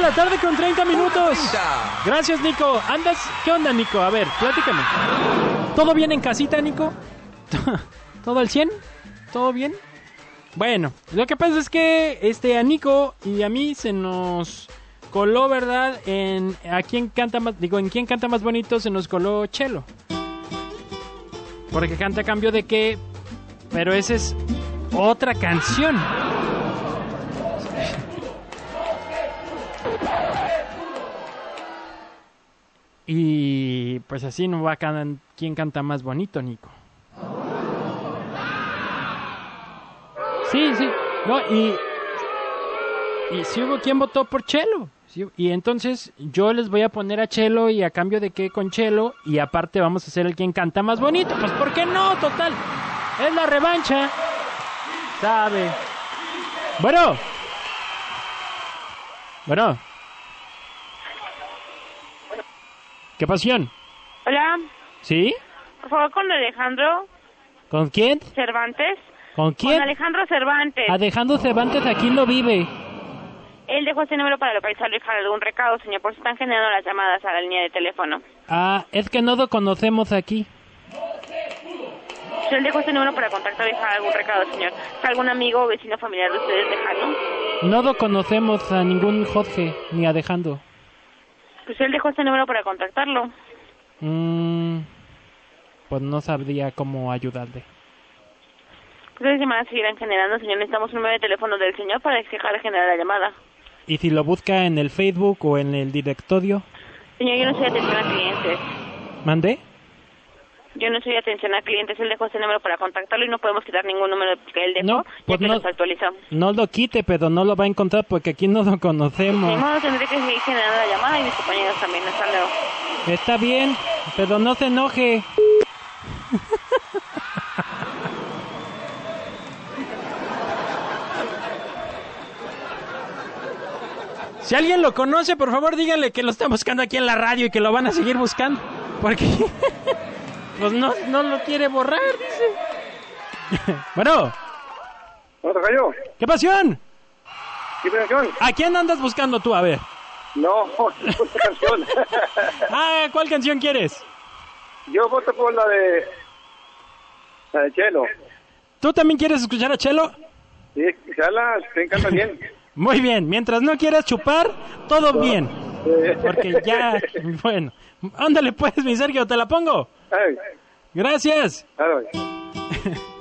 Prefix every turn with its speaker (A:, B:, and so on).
A: la tarde con 30 minutos.
B: 30.
A: Gracias, Nico. ¿Andas? ¿Qué onda, Nico? A ver, platícame. ¿Todo bien en casita, Nico? ¿Todo al 100? ¿Todo bien? Bueno, lo que pasa es que este a Nico y a mí se nos coló, ¿verdad? En a quién canta más, digo, en quién canta más bonito se nos coló Chelo. Porque canta a cambio de qué, pero esa es otra canción. Y pues así no va a can- quién canta más bonito, Nico. Sí, sí. No, y. Y si hubo quien votó por Chelo. Sí, y entonces yo les voy a poner a Chelo y a cambio de qué con Chelo. Y aparte vamos a hacer el quien canta más bonito. Pues ¿por qué no? Total. Es la revancha. Sabe. Bueno. Bueno. ¿Qué pasión?
C: Hola,
A: ¿Sí?
C: por favor con Alejandro
A: ¿Con quién?
C: Cervantes.
A: ¿Con
C: Con
A: quién?
C: Alejandro Cervantes.
A: Alejandro Cervantes aquí no vive.
C: Él dejó este número para localizarlo y dejar algún recado, señor, por si están generando las llamadas a la línea de teléfono.
A: Ah, es que no lo conocemos aquí.
C: Si él dejó este número para contactar y dejar algún recado, señor. Si algún amigo o vecino familiar de ustedes dejarlo.
A: No lo conocemos a ningún Jorge ni a Alejandro.
C: Pues él dejó este número para contactarlo.
A: Mm, pues no sabría cómo ayudarle.
C: Pues esas llamadas seguirán generando, señor. Necesitamos un número de teléfono del señor para dejar de generar la llamada.
A: ¿Y si lo busca en el Facebook o en el directorio?
C: Señor, yo no soy atención a clientes.
A: ¿Mandé?
C: Yo no soy atención a clientes. Él dejó este número para contactarlo y no podemos quitar ningún número que él dejó,
A: No, pues
C: ya que
A: no.
C: nos actualizó.
A: No lo quite, pero no lo va a encontrar porque aquí no lo
C: Ni
A: conocemos.
C: modo, tendré que seguir generando la llamada y mis compañeros también. Hasta luego.
A: Está bien, pero no se enoje. Si alguien lo conoce, por favor díganle que lo están buscando aquí en la radio y que lo van a seguir buscando. Porque pues no, no lo quiere borrar, dice. Bueno,
D: ¿No te cayó?
A: ¿qué pasión?
D: ¿Qué canción?
A: ¿A quién andas buscando tú? A ver.
D: No, otra canción.
A: Ah, ¿cuál canción quieres?
D: Yo voto por la de... La de Chelo.
A: ¿Tú también quieres escuchar a Chelo?
D: Sí, se habla, se encanta bien.
A: Muy bien, mientras no quieras chupar, todo bien.
D: Eh,
A: Porque ya, bueno, ándale pues, mi Sergio, te la pongo.
D: Ay,
A: Gracias.
D: claro.